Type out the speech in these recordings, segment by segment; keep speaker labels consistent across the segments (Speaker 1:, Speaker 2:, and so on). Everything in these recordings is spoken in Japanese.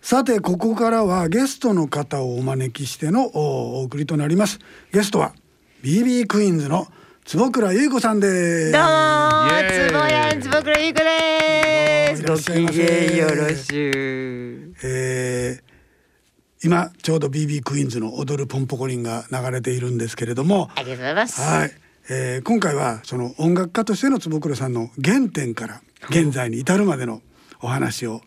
Speaker 1: さてここからはゲストの方をお招きしてのおお送りとなりますゲストは BB クイーンズの坪倉優子さんです
Speaker 2: どうも
Speaker 3: イエーイ
Speaker 2: つぼやんつぼくらゆうこ
Speaker 1: ど
Speaker 2: で
Speaker 1: うもいらっ
Speaker 2: す
Speaker 1: し
Speaker 2: ご
Speaker 1: ゃいま
Speaker 2: き
Speaker 1: せ
Speaker 2: げんよろしゅう
Speaker 1: えー今ちょうど BB クイーンズの「踊るポンポコリン」が流れているんですけれども
Speaker 2: ありがとうございます
Speaker 1: はい、えー今回はその音楽家としての坪倉さんの原点から現在に至るまでのお話を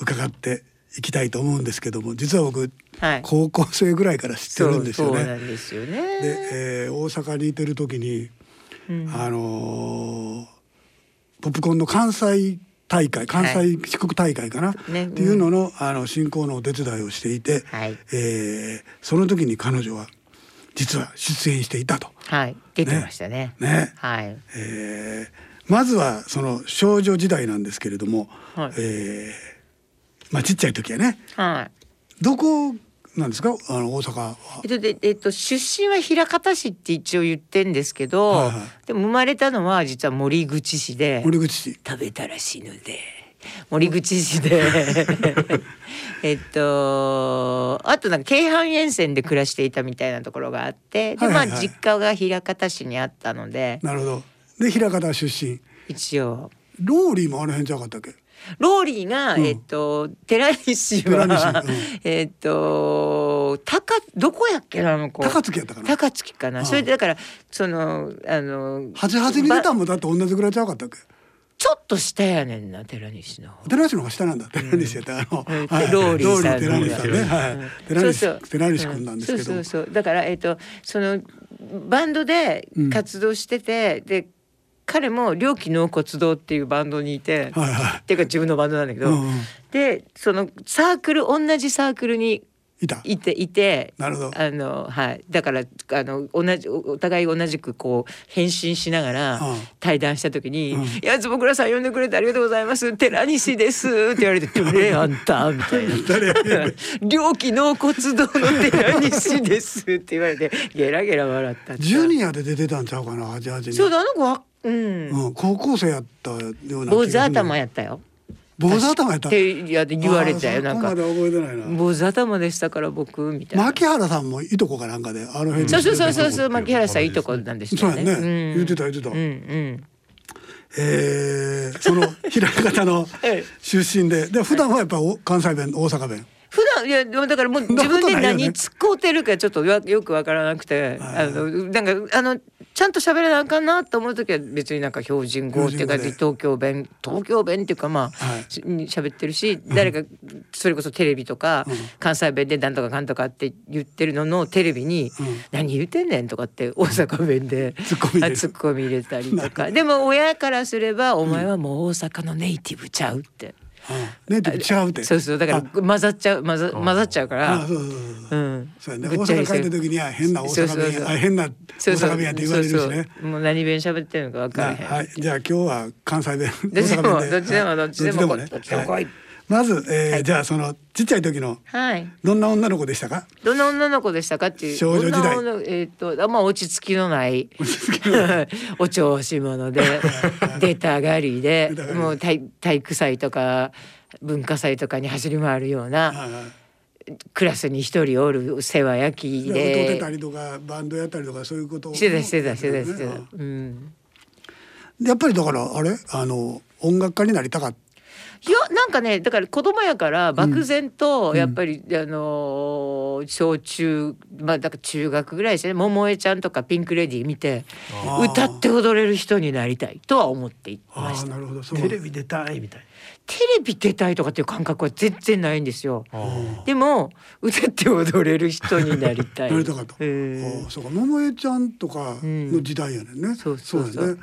Speaker 1: 伺っていきたいと思うんですけども実は僕、
Speaker 2: はい
Speaker 1: 高校生ぐらいから知ってるんですよ
Speaker 2: そうそうな
Speaker 1: ね。
Speaker 2: んですよ
Speaker 1: で
Speaker 2: ね、
Speaker 1: えー大阪にいてる時に、
Speaker 2: うん
Speaker 1: あのーポップコーンの関西大会関
Speaker 2: は
Speaker 1: 西四国大会かな、
Speaker 2: ね
Speaker 1: っていうのの,、あの進行のお手伝いをしていて、
Speaker 2: はい
Speaker 1: えーその時に彼女は実は出演していたと。
Speaker 2: はい出てましたね
Speaker 1: ね
Speaker 2: はい
Speaker 1: えーまずはその少女時代なんですけれども、
Speaker 2: はい
Speaker 1: えーまあちっちゃい時はね
Speaker 2: はい
Speaker 1: どこなんですかあの大阪は
Speaker 2: えっとでえっと、出身は枚方市って一応言ってんですけど、
Speaker 1: はいはい
Speaker 2: でも生まれたのは実は森口市で
Speaker 1: 森口市
Speaker 2: 食べたら死ぬで森口市で えっとあとなんか京阪沿線で暮らしていたみたいなところがあってで、
Speaker 1: はいはいはい
Speaker 2: まあ実家が枚方市にあったので
Speaker 1: なるほどで枚方出身
Speaker 2: 一応
Speaker 1: ローリーもあの辺じゃなかったっけ
Speaker 2: ローリーが、
Speaker 1: うん
Speaker 2: えっと寺西は
Speaker 1: 寺西うん
Speaker 2: えっと高どこやっけなあの子
Speaker 1: 高槻やったかな
Speaker 2: 高槻かな、
Speaker 1: うん
Speaker 2: それでだからそのあの
Speaker 1: 八八に出た
Speaker 2: ば
Speaker 1: んもだって同じぐらいじゃなかったっけ
Speaker 2: ちょっと下やねんな寺西の。
Speaker 1: 寺西の方が下なんだ寺西やったあの、
Speaker 2: うん
Speaker 1: はい
Speaker 2: ローリーさん
Speaker 1: ローリー寺西さんね、
Speaker 3: うん
Speaker 1: はい寺
Speaker 2: そう
Speaker 1: 西
Speaker 2: そう
Speaker 1: 寺西君なんですけど、
Speaker 2: うそうそうそうだからえっ、とそのバンドで
Speaker 1: うん
Speaker 2: 活動してて、で彼も両機納骨堂っていうバンドにいて、
Speaker 1: はいは
Speaker 2: っていうか自分のバンドなんだけ
Speaker 1: い、
Speaker 2: ど、
Speaker 1: うんうん、
Speaker 2: でそのサークル同じサークルに
Speaker 1: いた
Speaker 2: いていて
Speaker 1: なるほど
Speaker 2: あのはいだからあの同じおお互い同じくこう返信しながら
Speaker 1: うん
Speaker 2: 対談した時に「
Speaker 1: うん
Speaker 2: いや坪倉さん呼んでくれてありがとうございます寺西です」って言われ て「誰やあんた」みたいな
Speaker 1: 誰やねん
Speaker 2: 「両機納骨堂の寺西です」って言われてゲラゲラ笑ったって
Speaker 1: ジュニアで出てたんちゃうかな八八に
Speaker 2: そうだあの子はうん、
Speaker 1: うん、高校生やったような気がする
Speaker 2: 坊主頭やったよ
Speaker 1: 坊主頭やった
Speaker 2: っていや言われたよ
Speaker 1: あー
Speaker 2: なん
Speaker 1: そこま
Speaker 2: か
Speaker 1: で覚えてないな
Speaker 2: 坊主頭でしたから僕みたいな。
Speaker 1: 牧原さんもいとこかなんかであの辺に
Speaker 2: そうそうそうそう
Speaker 3: 出
Speaker 2: そう
Speaker 3: てこな
Speaker 2: 牧
Speaker 3: い
Speaker 2: 原さんいいとこなんです
Speaker 1: そ
Speaker 2: よ
Speaker 1: う
Speaker 2: ね。
Speaker 1: やね、
Speaker 2: うん
Speaker 1: 言ってた言ってた、
Speaker 2: うんうん。
Speaker 1: えーその 平方の
Speaker 2: ええ
Speaker 1: 出身でで普段はやっぱお関西弁大阪弁
Speaker 2: 普段いやでもだからもう自分 で
Speaker 1: そんなことないよね
Speaker 2: 何突っ込うてるかちょっとよよくわからなくて、
Speaker 1: は
Speaker 2: あ
Speaker 1: い
Speaker 2: のなんかあのちゃんと喋らなあかんなと思う時は別になんか標準語っていうか
Speaker 1: 標準語で
Speaker 2: 東京弁東京弁っていうかまあ、
Speaker 1: はい
Speaker 2: し喋ってるし誰かそれこそテレビとか、
Speaker 1: うん
Speaker 2: 関西弁でなんとかかんとかって言ってるののテレビに「
Speaker 1: うん
Speaker 2: 何言うてんねん」とかって大阪弁で
Speaker 1: ツッコミ入れ
Speaker 2: あ
Speaker 1: る
Speaker 2: ツッコミ入れた り
Speaker 1: なるほ
Speaker 2: とかでも親からすれば「お前はもう大阪のネイティブちゃう」って。
Speaker 1: うんネイティブ違うって
Speaker 2: そうそうだから
Speaker 1: あ
Speaker 2: 混ざっちゃう混ざ混ざっちゃうか
Speaker 1: あ
Speaker 2: ら
Speaker 1: そうそうそう
Speaker 2: う
Speaker 1: そう、
Speaker 2: ん
Speaker 1: そうやね
Speaker 2: ぐ
Speaker 1: 大
Speaker 2: っちゃ
Speaker 1: 阪
Speaker 2: りして
Speaker 1: 帰った時には変な大阪
Speaker 2: そうそうそう
Speaker 1: 弁あ変な
Speaker 2: そ
Speaker 1: 大
Speaker 2: うそう
Speaker 1: 阪弁やって言われるしね
Speaker 2: そうそうもう何弁喋ってるのか分からへん、
Speaker 1: はい、じゃあ今日は関西弁
Speaker 2: どっちでも
Speaker 1: 大阪弁
Speaker 2: どっちでも
Speaker 1: はい
Speaker 2: どっちでも
Speaker 1: ね
Speaker 2: どっちでも来い
Speaker 1: はいまず、えー
Speaker 2: はい
Speaker 1: じゃあそのちっちゃい時の
Speaker 2: はい
Speaker 1: どんな女の子でしたか
Speaker 2: どんな女の子でしたかっていう
Speaker 1: 少女時代
Speaker 2: どんな女えっ、とあまあ落ち着きのないお調子者で 出たがりで
Speaker 1: 出たがりで
Speaker 2: もう体体育祭とか文化祭とかに走り回るような
Speaker 1: はいはい
Speaker 2: クラスに一人おる世話焼
Speaker 1: で
Speaker 2: き
Speaker 1: 歌って
Speaker 2: で
Speaker 1: たりとかバンドやったりとかそういうことを
Speaker 2: してたしてたしてたしてた
Speaker 1: うん
Speaker 2: うん。
Speaker 1: やっぱりだからあれあの音楽家になりたかっ
Speaker 2: いやなんかねだから子供やから漠然とやっぱり、あのー小中まあだから中学ぐらいですね桃江ちゃんとかピンク・レディー見て
Speaker 1: あー
Speaker 2: 歌って踊れる人になりたいとは思ってい
Speaker 1: た
Speaker 2: ました
Speaker 1: なるほどそう
Speaker 3: テレビ出たいみたい
Speaker 2: テレビ出たいとかっていう感覚は全然ないんですよ
Speaker 3: な。あ
Speaker 2: でも歌って踊れる人にな りたい
Speaker 1: なりたかった、
Speaker 2: えー
Speaker 1: ああそうか桃江ちゃんとかの時代やねんね、
Speaker 2: そうそうそう
Speaker 1: やね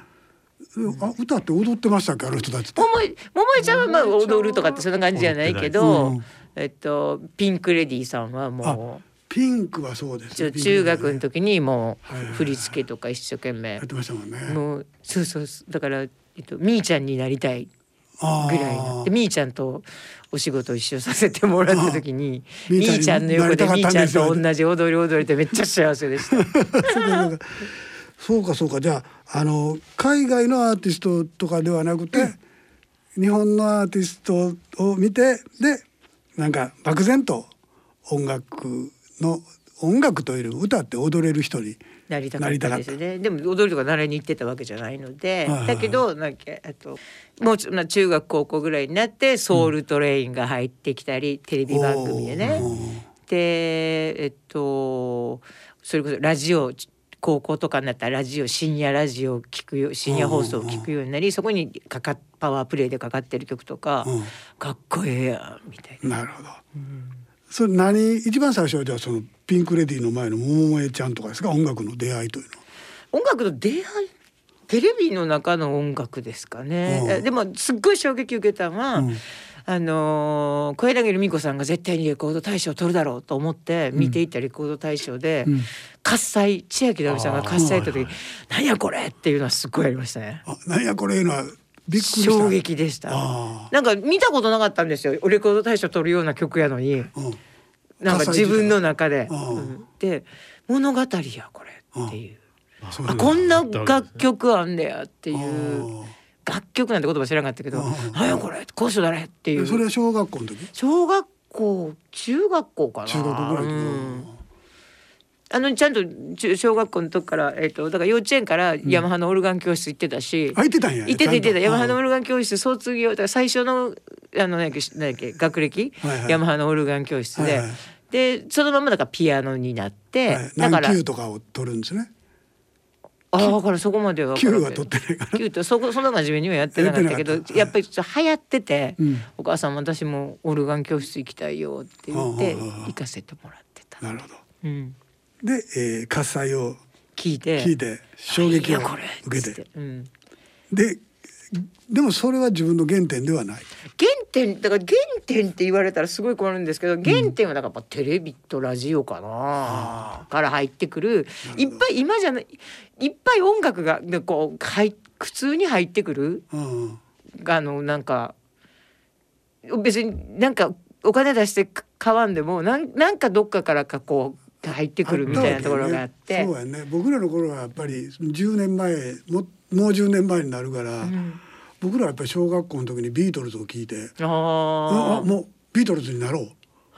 Speaker 1: うんあ歌って踊ってましたっけあの人たちって
Speaker 2: 桃井桃井ちゃんはまあ踊るとかってそんな感じじゃないけど、
Speaker 1: 踊って
Speaker 2: えっとピンク・レディーさんはもう。
Speaker 1: ピンクはそうです
Speaker 2: ちょ
Speaker 1: ねピンク
Speaker 2: 中学の時にも
Speaker 1: はいはいは
Speaker 2: う
Speaker 1: い
Speaker 2: 振り付けとか一生懸命
Speaker 1: やってましたもんね
Speaker 2: もうそうそうそうだから、えっと、みーちゃんになりたい
Speaker 1: あ
Speaker 2: ぐ
Speaker 1: ー
Speaker 2: らいになってみーちゃんとお仕事一緒させてもらった時に
Speaker 1: あー
Speaker 2: みーちゃんの横で
Speaker 1: み
Speaker 2: み
Speaker 1: ーちゃんになり
Speaker 2: ーち
Speaker 1: たかったん
Speaker 2: ゃ
Speaker 1: で
Speaker 2: ん
Speaker 1: すよ
Speaker 2: と同じ踊り踊れてめっちゃ幸せでした。
Speaker 1: そうかそうかそうかそうかじゃああの海外のアーティストとかではなくて、日本のアーティストを見てでなんか漠然と音楽の音楽というより歌って踊れる人に
Speaker 2: なりたかったですねでも踊りとか習いに行ってたわけじゃないの
Speaker 1: はい
Speaker 2: で、
Speaker 1: はいはい
Speaker 2: だけどなんかあともうちょな中学高校ぐらいになってソウルトレインが入ってきたり、テレビ番組でね。でえっとそれこそラジオ高校とかになったらラジオ深夜ラジオを聞くよ深夜放送を聞くようになりそこにかかっパワープレイでかかってる曲とか、
Speaker 1: うん
Speaker 2: かっこええやんみたいな。
Speaker 1: なるほど。それ何一番最初はじゃあそのピンクレディーの前の桃萌ちゃんとかですか音楽の出会いというのは。
Speaker 2: 音楽の出会いテレビの中の音楽ですかね、
Speaker 1: うん
Speaker 2: えでもすっごい衝撃受けたのは、
Speaker 1: うん
Speaker 2: あのー小柳ルミ子さんが絶対にレコード大賞を取るだろうと思って見ていたレコード大賞で
Speaker 1: うん
Speaker 2: 「喝采」千秋直美さんが喝采やった時「何やこれ!」っていうのはすっごいありましたね。
Speaker 1: あなんやこれいうのはびっくりした。
Speaker 2: 衝撃でした
Speaker 1: あ
Speaker 2: なんか見たことなかったんですよレコード大賞取るような曲やのに
Speaker 1: あ。うん。
Speaker 2: なんか自分の中で、
Speaker 1: 喝采自体
Speaker 2: うんで物語やこれっていう
Speaker 1: そう
Speaker 2: あこんな
Speaker 3: あったわけですね
Speaker 2: 楽曲あんねやっていう
Speaker 1: あ
Speaker 2: 楽曲なんて言葉知らなかったけど
Speaker 1: うん
Speaker 2: 「何やこれ高所だね」ってい
Speaker 1: あ。
Speaker 2: う
Speaker 1: えそれは小学校の時。
Speaker 2: 小学校中学校かな
Speaker 1: 中学校ぐらいの時。
Speaker 2: うんあのちゃんと中小学校の時から、えっとだから幼稚園からヤマハのオルガン教室行ってたし、
Speaker 1: あ行ってたんや。
Speaker 2: 行ってた行ってたヤマハのオ
Speaker 1: は
Speaker 2: ルガン教室卒業だから最初のあの何やっけ何やっけ学歴、
Speaker 1: はいはい
Speaker 2: ヤマハのオルガン教室で、
Speaker 1: はいはい
Speaker 2: でそのままだからピアノになって、
Speaker 1: い。
Speaker 2: だから
Speaker 1: 何級とかを取るんですね。
Speaker 2: ああだからそこまでは
Speaker 1: 級は取ってないから。
Speaker 2: キュートそこそんな真面目にはやってなかったけど
Speaker 1: やってな
Speaker 2: や
Speaker 1: かった
Speaker 2: っぱりちょっと流行ってて、
Speaker 1: うん
Speaker 2: お母さん私もオルガン教室行きたいよって言って
Speaker 1: うんうんうんうん
Speaker 2: 行かせてもらってた、
Speaker 1: なるほど。
Speaker 2: うん、
Speaker 1: で、えー、喝采を
Speaker 2: 聞いて
Speaker 1: 聞いて衝撃を
Speaker 2: いやこれ
Speaker 1: 受
Speaker 2: っ
Speaker 1: け。
Speaker 2: つっててうん、
Speaker 1: で、でもそれは自分の原点ではない。
Speaker 2: 原点だから原点って言われたらすごい困るんですけど原点はだからやっぱテレビとラジオかな、から入ってくるいっぱい今じゃないいっぱい音楽がこう入っ普通に入ってくる
Speaker 1: うんうん。
Speaker 2: あのなんか別になんかお金出してか買わんでもなんなんかどっかからかこう入ってくるみたいなところがあって。
Speaker 1: そうやね僕らの頃はやっぱり10年前ももう10年前になるから、
Speaker 2: ん
Speaker 1: 僕らはやっぱり小学校の時にビートルズを聞いてああ
Speaker 2: あー
Speaker 1: もうビートルズになろ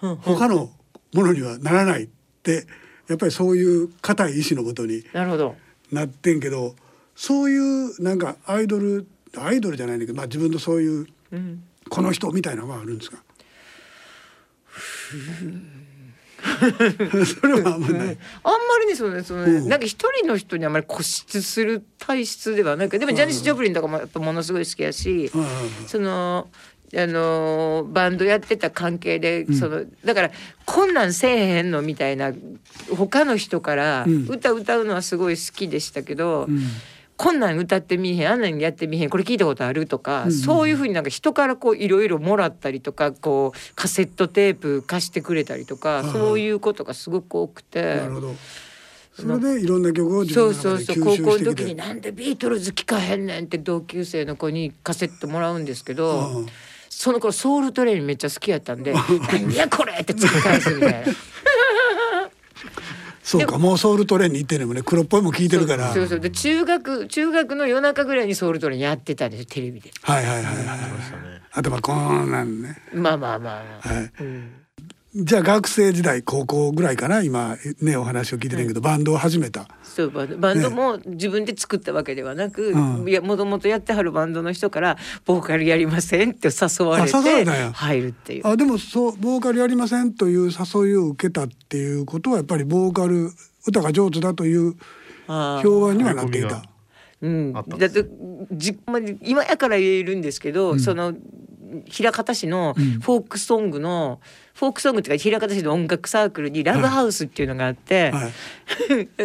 Speaker 1: う他のものにはならないってやっぱりそういう固い意志のことに
Speaker 2: なるほど。
Speaker 1: なってんけどそういうなんかアイドルアイドルじゃないんだけど、まあ、自分のそういう
Speaker 2: うん、
Speaker 1: この人みたいなのはあるんですかそれはあんまりない。
Speaker 2: あんまりねそのねそのね、
Speaker 1: うん
Speaker 2: なんか一人の人にあんまり固執する体質ではないけどでもジャニス・ジョプリンとかもやっぱものすごい好きやし、
Speaker 1: うんうんうん
Speaker 2: そのあのーバンドやってた関係で、そのだからこんなんせえへんのみたいな他の人から
Speaker 1: うん
Speaker 2: 歌歌うのはすごい好きでしたけど、
Speaker 1: うん
Speaker 2: こんなん歌ってみいへんあんなんやってみいへんこれ聞いたことあるとか、そういうふうになんか人からこういろいろもらったりとかこうカセットテープ貸してくれたりとか、
Speaker 1: いはい
Speaker 2: そういうことがすごく多くて。
Speaker 1: なるほど。それでいろんな曲を自分
Speaker 2: そう
Speaker 1: の中
Speaker 2: そう
Speaker 1: で
Speaker 2: そう
Speaker 1: 吸
Speaker 2: 高校
Speaker 1: 収
Speaker 2: の
Speaker 1: して
Speaker 2: 時
Speaker 1: き
Speaker 2: に
Speaker 1: て。
Speaker 2: なんでビートルズ聞かへんねんって同級生の子にカセットもらうんですけ
Speaker 1: う
Speaker 2: ど、
Speaker 1: ん
Speaker 2: その頃ソウルトレインめっちゃ好きやったんで「何やこれ!」って突き返す みたいな。
Speaker 1: そうか、もうソウルトレインに行ってんねんもんね、黒っぽいも聞いてるから。はい
Speaker 2: そうそうで中学中学の夜中ぐらいにソウルトレインやってたんですよテレビで。
Speaker 1: はいはいはい。頭こんなんね。
Speaker 2: まあまあまあまあ。
Speaker 1: はい。
Speaker 2: うん
Speaker 1: じゃあ学生時代、高校ぐらいかな、今ね、お話を聞いてるけど、バンドを始めた。
Speaker 2: そうバンドバンドも自分で作ったわけではなく、
Speaker 1: うん
Speaker 2: いやもともとやってはるバンドの人から「ボーカルやりません?」って誘われ
Speaker 1: あ誘われ
Speaker 2: て
Speaker 1: たんや
Speaker 2: 入るっていう
Speaker 1: あ、でも、そう、ボーカルやりませんという誘いを受けたっていうことは、やっぱりボーカル。歌が上手だという
Speaker 2: あー
Speaker 1: 評判にはなってい
Speaker 3: 追い込み
Speaker 1: た
Speaker 3: が。
Speaker 2: うん、だ
Speaker 3: あ
Speaker 2: っ
Speaker 3: ったん
Speaker 2: てじ、まあ、今やから言えるんですけど、その枚方市のフォークソングの、フォークソングっていうか枚方市の音楽サークルにラブハウスっていうのがあって、
Speaker 1: は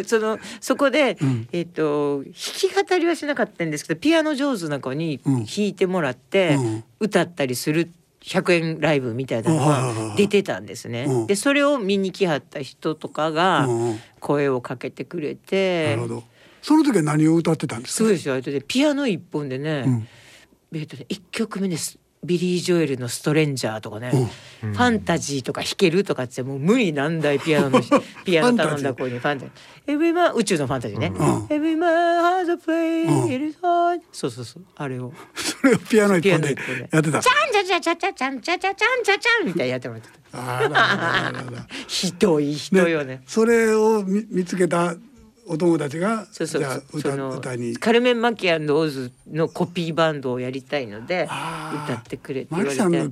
Speaker 1: い。
Speaker 2: そのそこで、えっと弾き語りはしなかったんですけどピアノ上手な子に
Speaker 1: うん
Speaker 2: 弾いてもらって、
Speaker 1: うん
Speaker 2: 歌ったりする100円ライブみたいなの
Speaker 1: うんはいはいは
Speaker 2: が
Speaker 1: い
Speaker 2: 出てたんですね。
Speaker 1: うん
Speaker 2: でそれを見に来はった人とかが
Speaker 1: うんうん
Speaker 2: 声をかけてくれて。
Speaker 1: なるほど。その時 は何を歌ってたんです
Speaker 2: す
Speaker 1: か。
Speaker 2: ごいですよあれでピアノ一本でね、
Speaker 1: うん
Speaker 2: えっとね1曲目ですビリー・ジョエルの「ストレンジャー」とかね、ファンタジーとか弾けるとかっつってもう無理難題ピアノのピアノ頼んだ子にファンタジー「エブリマン」宇宙のファンタジーね
Speaker 1: うん
Speaker 2: 「エブリマン・ハザ・プレ
Speaker 1: うん
Speaker 2: イ・エルソン」そうそうそうあれを
Speaker 1: それをピアノ一本で
Speaker 2: ピアノ一本で
Speaker 1: やってた
Speaker 2: 「チャンチャチャチャチャンチャチャチャンチャチャン」みたいにやってもらってた。
Speaker 1: あららららら
Speaker 2: ひ どい人よね。
Speaker 1: それを見見つけたお友達が
Speaker 2: そうそ
Speaker 1: じゃあ
Speaker 2: う
Speaker 1: 歌
Speaker 2: その
Speaker 1: 歌に
Speaker 2: カルメン・マキアンド・オズのコピーバンドをやりたいので
Speaker 1: あー
Speaker 2: 歌ってくれって言われ
Speaker 1: マキさん
Speaker 2: て
Speaker 1: の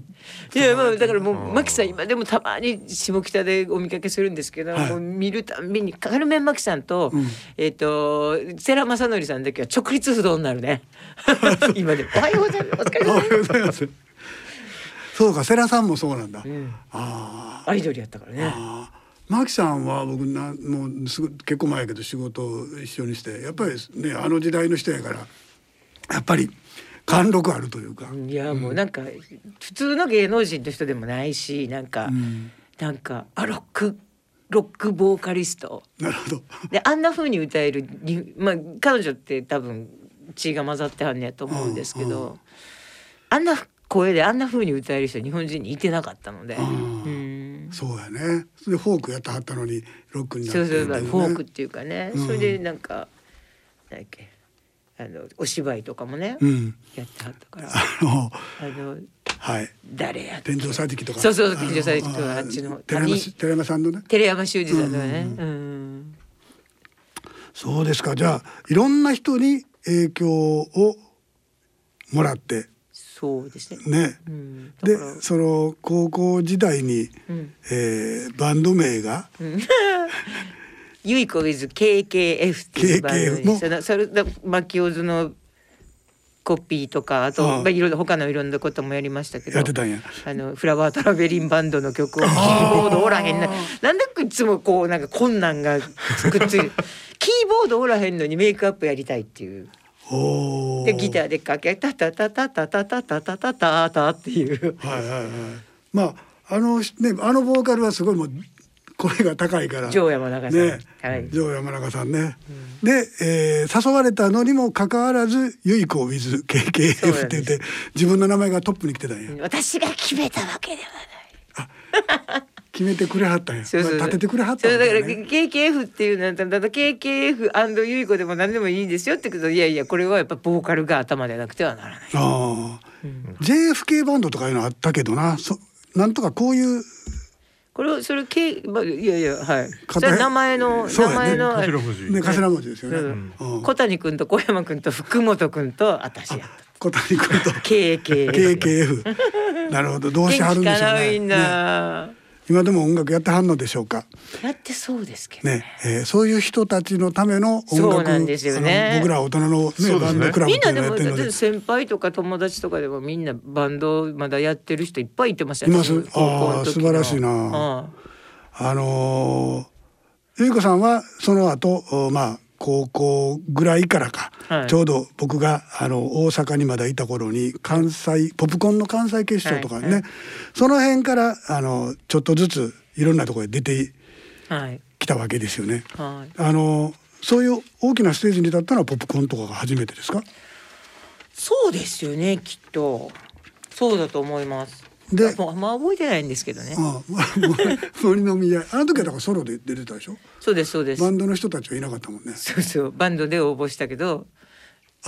Speaker 2: いやまあだからもうマキさん今でもたまに下北でお見かけするんですけど、
Speaker 1: はい
Speaker 2: もう見るたんびにカルメン・マキさんと、
Speaker 1: ん
Speaker 2: えっ、と世良正則さんだけは直立不動になる ね今でも「おはようございますお疲れ
Speaker 1: あおは
Speaker 2: 様
Speaker 1: よ
Speaker 2: です
Speaker 1: うございますそうかセラさんもそうなんだ、あ」
Speaker 2: アイドルやったからね。
Speaker 1: あマキさんは僕なんもうすぐ結構前やけど仕事を一緒にしてやっぱりねあの時代の人やからやっぱり貫禄あるというか、
Speaker 2: いやもうなんか普通の芸能人の人でもないしなんか、なんかあロックロックボーカリスト
Speaker 1: なるほど
Speaker 2: であんな風に歌えるに、まあ、彼女って多分血が混ざってはんねやと思うんですけど、
Speaker 1: うんう
Speaker 2: あんな声であんな風に歌える人日本人にいてなかったので、う
Speaker 1: うん
Speaker 2: ん、
Speaker 1: そうやねそれでフォークやってはったのにロックになって
Speaker 2: そうそう
Speaker 1: っていね
Speaker 2: フォークっていうかね、
Speaker 1: うん
Speaker 2: それでなんかなんだっけあのお芝居とかもね、
Speaker 1: うん
Speaker 2: やってはったから
Speaker 1: あの
Speaker 2: あの
Speaker 1: はい
Speaker 2: 誰やっけ
Speaker 1: 天井桟敷とか
Speaker 2: そうそう
Speaker 1: あの
Speaker 2: 天井桟敷とかあっちの
Speaker 1: 寺山
Speaker 2: 谷
Speaker 1: し寺山さんのね
Speaker 2: 寺山修司さんだよね。うん
Speaker 1: そうですかじゃあいろんな人に影響をもらって
Speaker 2: そうですね。
Speaker 1: ね
Speaker 2: うん、だ
Speaker 1: で
Speaker 2: から
Speaker 1: その高校時代に、
Speaker 2: うん
Speaker 1: えーバンド名が、
Speaker 2: ゆいこ is KKF っていうバンド
Speaker 1: KKF も
Speaker 2: にそのそれだマキオズのコピーとかあと
Speaker 1: ああ
Speaker 2: まあいろいろ他のいろんなこともやりましたけど
Speaker 1: やってたんや
Speaker 2: あのフラワートラベリンバンドの曲をキーボードおらへんななんでいつもこうなんか困難がくっついてキーボードおらへんのにメイクアップやりたいっていう
Speaker 1: お
Speaker 2: でギタ
Speaker 1: ー
Speaker 2: ーでかけたたたたたたたたたたたたっていう
Speaker 1: はいはいはいまああのねあのボーカルはすごいもう声が高いから
Speaker 2: 城山中さん、
Speaker 1: ね、
Speaker 2: はい
Speaker 1: 城山中さんね、で、えー誘われたのにもかかわらず「ゆいこ
Speaker 2: そうな
Speaker 1: WithKKF」っ
Speaker 2: ん
Speaker 1: て言っ
Speaker 2: で
Speaker 1: て自分の名前がトップに来てたんや
Speaker 2: 私が決めたわけではない。
Speaker 1: 決めてくれはったんや
Speaker 2: そうそうそう
Speaker 1: 立ててくれはった
Speaker 2: そ
Speaker 1: ん
Speaker 2: うだから
Speaker 1: や、ね、
Speaker 2: KKF っていうのはただ KKF& ゆい子でも何でもいいんですよってことでいやいやこれはやっぱボーカルが頭でなくてはならない。
Speaker 1: ああ、JFK バンドとかいうのあったけどなそなんとかこういう
Speaker 2: これをそれ K まあいやいやはい。そ
Speaker 1: 片
Speaker 2: れは名前の、
Speaker 1: そう
Speaker 2: 名
Speaker 1: やね
Speaker 2: 前のあれ
Speaker 3: 頭文字
Speaker 1: ね頭文字ですよ
Speaker 2: う
Speaker 1: ね。
Speaker 2: ん
Speaker 1: うん
Speaker 2: 小谷君と小山君と福本君と私やった。
Speaker 1: 小谷君 と
Speaker 2: KKF。
Speaker 1: KKF なるほどどう
Speaker 2: 元
Speaker 1: し
Speaker 2: 気
Speaker 1: ては
Speaker 2: か
Speaker 1: るんでしょう
Speaker 2: な
Speaker 1: ね
Speaker 2: みん
Speaker 1: ね
Speaker 2: な、
Speaker 1: 今でも音楽やってはんのでしょうか
Speaker 2: やってそうですけど。
Speaker 1: ね、えー、そういう人たちのための音楽
Speaker 2: そうなんですよね
Speaker 1: あの僕ら大人の、
Speaker 3: す
Speaker 1: ね、
Speaker 3: ね
Speaker 1: バンドクラブ
Speaker 2: み
Speaker 1: っ
Speaker 2: ん
Speaker 1: てい
Speaker 2: な
Speaker 1: う
Speaker 2: で
Speaker 1: のやっ
Speaker 2: も
Speaker 1: てるので
Speaker 2: 先輩とか友達とかでもみんなバンドまだやってる人いっぱいいてました
Speaker 1: います
Speaker 2: 高
Speaker 1: あー
Speaker 2: 校の時の
Speaker 1: 素晴らしいな
Speaker 2: うん
Speaker 1: あのー、ゆいこさんはその後おまあ高校ぐらいからか、
Speaker 2: はい
Speaker 1: ちょうど僕があの大阪にまだいた頃に関西ポップコーンの関西決勝とかね、
Speaker 2: はいはい
Speaker 1: その辺からあのちょっとずついろんなところへ出て
Speaker 2: はい
Speaker 1: きたわけですよね。
Speaker 2: はい。
Speaker 1: あのそういう大きなステージに立ったのはポップコーンとかが初めてですか
Speaker 2: そうですよね、きっと。そうだと思います。
Speaker 1: で
Speaker 2: もうあんま覚えてないんですけどね。
Speaker 1: あ あ森の宮あの時はだからソロで出てたでしょ
Speaker 2: そうですそうです
Speaker 1: バ。ンドの人たちはいなかったもんね。
Speaker 2: そうそうバンドで応募したけど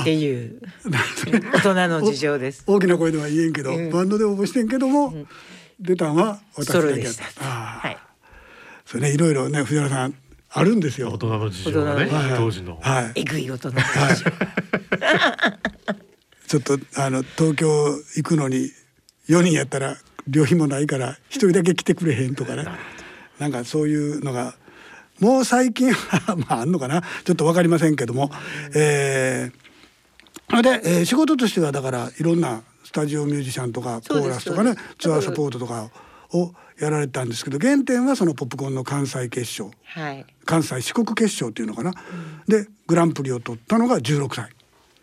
Speaker 2: っていう
Speaker 1: なんか
Speaker 2: 大人の事情です。
Speaker 1: 大きな声では言えんけど、
Speaker 2: うん
Speaker 1: バンドで応募してんけども、出たんは私
Speaker 2: ソロ
Speaker 1: だ
Speaker 2: で
Speaker 1: けやっ
Speaker 2: したた。。
Speaker 1: ああ
Speaker 2: はい。
Speaker 1: それねいろいろね藤原さんあるんですよ
Speaker 3: 大。人の事情が
Speaker 2: 大
Speaker 3: ね
Speaker 2: 人
Speaker 1: の
Speaker 3: 当時の、
Speaker 1: はい。
Speaker 2: えぐい大人の
Speaker 1: はい
Speaker 2: 事情。
Speaker 1: ちょっとあの東京行くのに4人やったら旅費もないから1人だけ来てくれへんとかねなんかそういうのがもう最近は まああんのかなちょっと分かりませんけども、えーそれで、えー仕事としてはだからいろんなスタジオミュージシャンとかコ
Speaker 2: そう
Speaker 1: ー
Speaker 2: です
Speaker 1: ラスとかね
Speaker 2: そうです
Speaker 1: ツアーサポートとかをやられたんですけど原点はそのポップコーンの関西決勝
Speaker 2: はい。
Speaker 1: 関西四国決勝っていうのかな、でグランプリを取ったのが16歳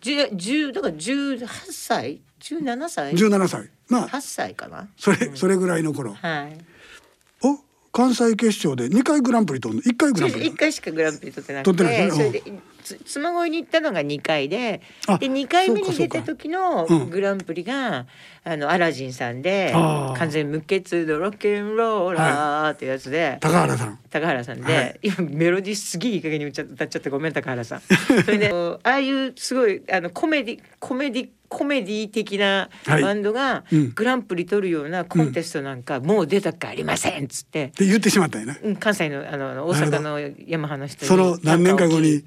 Speaker 2: 十十だから十八歳、十七歳、
Speaker 1: 17歳まあ
Speaker 2: 八歳かな。
Speaker 1: それ、それぐらいの頃。
Speaker 2: はい。
Speaker 1: お、関西決勝で二回グランプリ取るの、一回グランプ
Speaker 2: 一
Speaker 1: リ。
Speaker 2: 回しかグランプリ取ってな
Speaker 1: 取
Speaker 2: く
Speaker 1: って
Speaker 2: て、
Speaker 1: ないです
Speaker 2: そ
Speaker 1: ね
Speaker 2: れでつ妻恋に行ったのが2回で
Speaker 1: あ
Speaker 2: で2回目
Speaker 1: そうか
Speaker 2: に
Speaker 1: そ
Speaker 2: 出
Speaker 1: うか
Speaker 2: た時の
Speaker 1: うん
Speaker 2: グランプリが、あのアラジンさんで
Speaker 1: あー
Speaker 2: 完全無欠ドロッケンローラーってやつで。
Speaker 1: 高原さん
Speaker 2: 高原さんで、
Speaker 1: はい
Speaker 2: 今メロディーすげえいい加減に歌っちゃ歌っちゃってごめん高原 さんそれでああいうすごいあのコメディコメディコメディ的な
Speaker 1: はい
Speaker 2: バンドが
Speaker 1: うん
Speaker 2: グランプリ取るようなコンテストなんかもう出たくありませんっつって、
Speaker 1: って言ってしまったよね
Speaker 2: うん関西のあのあの大
Speaker 1: なるほど
Speaker 2: 阪のヤマハの人に
Speaker 1: その何年か後に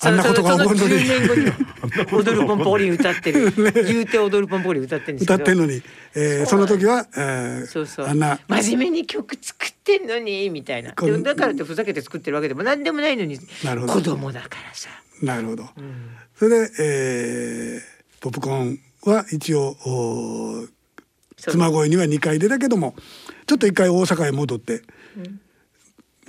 Speaker 1: あんなことが起こるのに
Speaker 2: そのその10年後に 踊るポンポーリン歌ってる、言うて踊るポンポーリン歌ってるんですけど
Speaker 1: 歌ってんのに、えー、その時は、えー
Speaker 2: そうそう
Speaker 1: あんな
Speaker 2: 真面目に曲作ってんのにみたいな
Speaker 1: この
Speaker 2: でだからってふざけて作ってるわけでも何でもないのに
Speaker 1: なるほど
Speaker 2: 子供だからさ
Speaker 1: なるほど、それで、えーポップコーンは一応おー
Speaker 2: そう
Speaker 1: 妻恋には2回出たけどもちょっと一回大阪へ戻って、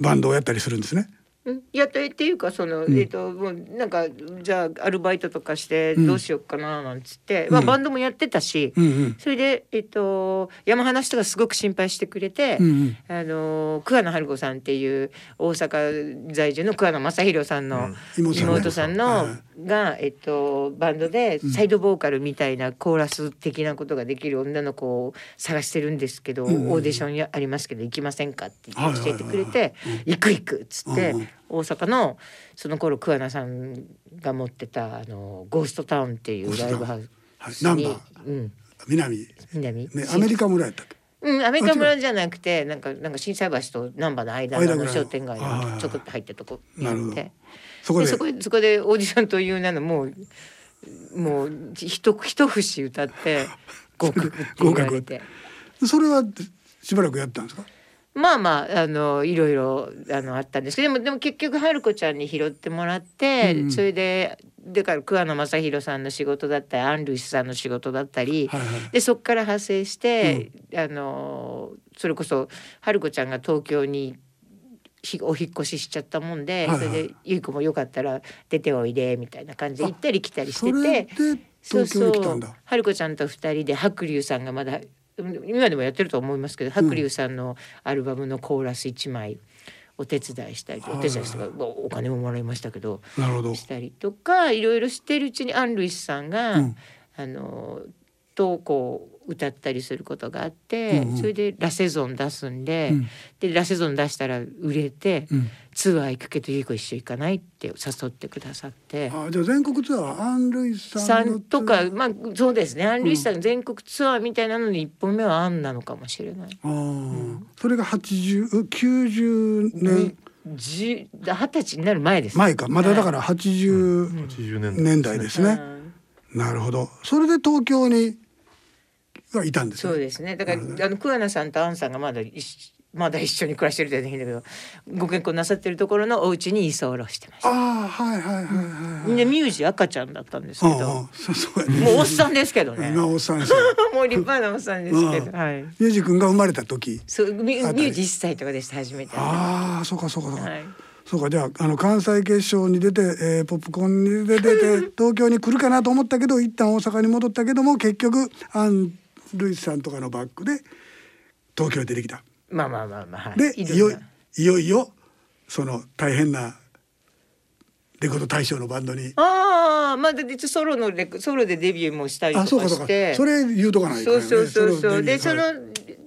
Speaker 1: バンドをやったりするんですね。
Speaker 2: うんいやってっていうかその、えっ、ともうなんかじゃあアルバイトとかして
Speaker 1: ん
Speaker 2: どうしようかななんつって、まあ、
Speaker 1: うん
Speaker 2: バンドもやってたし、
Speaker 1: うんうん
Speaker 2: それでえっ、と山花の人がすごく心配してくれて、
Speaker 1: うんうん
Speaker 2: あの桑名春子さんっていう大阪在住の桑名正弘さんの
Speaker 1: うん妹さんね
Speaker 2: 妹さんの、
Speaker 1: はい
Speaker 2: が、えっと、バンドでサイドボーカルみたいなコーラス的なことができる女の子を探してるんですけど、
Speaker 1: んうん
Speaker 2: オーディションやありますけど行きませんかって
Speaker 1: はいはいはい
Speaker 2: 教えてくれて「行く行く」っつって、
Speaker 1: うんうん
Speaker 2: 大阪のその頃桑名さんが持ってたあのゴーストタウンっていうライブハウスに、
Speaker 1: ゴーストタ
Speaker 2: うん、
Speaker 1: 南、ね、
Speaker 2: 南、
Speaker 1: アメリカ村やったっけ
Speaker 2: うん、アメリカ村じゃなくて、なんか、なんか心斎橋と難波の間の
Speaker 1: 間
Speaker 2: あ
Speaker 1: ぐ
Speaker 2: の
Speaker 1: らい
Speaker 2: 商店街
Speaker 1: はいはいは
Speaker 2: の
Speaker 1: い
Speaker 2: ちょこっと入ったとこにあ
Speaker 1: なる
Speaker 2: っ
Speaker 1: ほど
Speaker 2: て。
Speaker 1: そこで
Speaker 2: でそこで、そこでオーディションという名のもう。もう、ひと、ひと節歌って。合格って 言わ
Speaker 1: 合
Speaker 2: れ
Speaker 1: 格
Speaker 2: て。
Speaker 1: それはしばらくやったんですか
Speaker 2: まあまあ、あの、いろいろ、あの、あったんですけど、でも、でも、結局、春子ちゃんに拾ってもらって、
Speaker 1: うん
Speaker 2: それで。だから、桑名正弘さんの仕事だったり、アン・ルイスさんの仕事だったり。
Speaker 1: はいはい
Speaker 2: でそこから派生して、あのそれこそ春子ちゃんが東京にひお引っ越ししちゃったもんで、
Speaker 1: はいはい
Speaker 2: それでゆい子もよかったら出ておいでみたいな感じで行ったり来たりし
Speaker 1: そ
Speaker 2: て
Speaker 1: れ
Speaker 2: て
Speaker 1: で東京に来たんだ
Speaker 2: 春子ちゃんと二人で白龍さんがまだうん今でもやってると思いますけど白龍さんのアルバムのコーラス一枚お手伝いしたり、お手伝いしたりまあお金ももらいましたけど。
Speaker 1: なるほど
Speaker 2: したりとかいろいろしてるうちにアン・ルイスさんが、
Speaker 1: うん
Speaker 2: あのとこう歌ったりすることがあって、
Speaker 1: うんうん
Speaker 2: それでラセゾン出すんで、
Speaker 1: うん
Speaker 2: でラセゾン出したら売れて、
Speaker 1: うん
Speaker 2: ツアー行くけどゆい子一緒行かないって誘ってくださって。
Speaker 1: あじゃあ全国ツアーはアン・ルイス
Speaker 2: さ
Speaker 1: さんの
Speaker 2: んとかまあそうですねアン・ルイスさん全国ツアーみたいなのに一本目はアンなのかもしれない。
Speaker 1: あー、それが8090年
Speaker 2: じ二十歳になる前です。
Speaker 1: 前かまだだから80
Speaker 3: 80年代
Speaker 1: 年代ですね、
Speaker 2: うん
Speaker 1: なるほどそれで東京にはいたんですね
Speaker 2: そうですね。だからあの桑名さんとアンさんがまだ一緒まだ一緒に暮らしてるって言うんだけど、ご結婚なさってるところのお家に居候してまし
Speaker 1: あ
Speaker 2: た。
Speaker 1: あはいはいはいはいはい、
Speaker 2: でミュージ赤ちゃんだったんですけ
Speaker 1: うんう
Speaker 2: ど、も
Speaker 1: んそうそうやね
Speaker 2: うおっさんですけどね。
Speaker 1: 今
Speaker 2: も
Speaker 1: おっさんですよ
Speaker 2: う立派なおっさんですけ
Speaker 1: うん
Speaker 2: ど、はい。
Speaker 1: ゆうじくんが生まれた時
Speaker 2: そうミ
Speaker 1: あ
Speaker 2: ュ
Speaker 1: たり
Speaker 2: ミュージ一歳とかでした初めて。は
Speaker 1: ああそうかそうかそうか、
Speaker 2: い。
Speaker 1: そうかじゃああの関西決勝に出て、えーポップコーンに出て東京に来るかなと思ったけど一旦大阪に戻ったけども結局アン・ルイスさんとかのバックで東京に出てきた。
Speaker 2: まあまあまあまあ。はい
Speaker 1: で
Speaker 2: い
Speaker 1: い
Speaker 2: ろ
Speaker 1: よ
Speaker 2: ん
Speaker 1: い
Speaker 2: な
Speaker 1: よいよその大変なレコード大賞のバンドに
Speaker 2: ああまあだってソロのレコソロでデビューもしたり
Speaker 1: あそうか
Speaker 2: とか
Speaker 1: そうか
Speaker 2: して。
Speaker 1: それ言うとかないかん
Speaker 2: そ
Speaker 1: よ
Speaker 2: う
Speaker 1: ね
Speaker 2: そうそうそうで
Speaker 1: そ
Speaker 2: そ
Speaker 1: れ
Speaker 2: の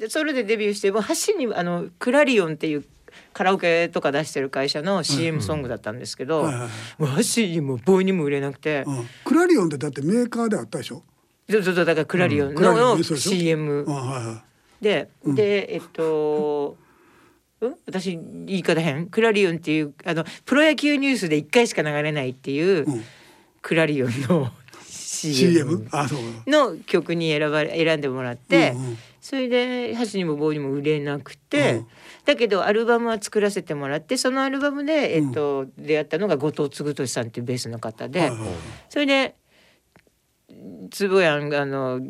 Speaker 1: を
Speaker 2: ソロでデビューしても橋にあのクラリオンっていうカラオケとか出してる会社の CM ソングだったんですけど、
Speaker 1: はいはいはい
Speaker 2: もう橋にも棒にも売れなくて、
Speaker 1: うんクラリオンってだってメーカーであったでしょ
Speaker 2: そうそうそうだからクラリオン
Speaker 1: クラリオ
Speaker 2: の
Speaker 1: ンねそうでしょ
Speaker 2: CM
Speaker 1: うんはいは
Speaker 2: で、でえっと。ん私言い方変クラリオンっていうあのプロ野球ニュースで1回しか流れないっていう、
Speaker 1: うん
Speaker 2: クラリオンの
Speaker 1: い
Speaker 2: CM
Speaker 1: CM あそうか
Speaker 2: の曲に選ばれ選んでもらって、
Speaker 1: うんうん
Speaker 2: それで箸にも棒にも売れなくて、
Speaker 1: うん
Speaker 2: だけどアルバムは作らせてもらってそのアルバムで、えっと出会ったのが後藤嗣俊さんっていうベースの方で、
Speaker 1: はいはい
Speaker 2: それで「坪谷あの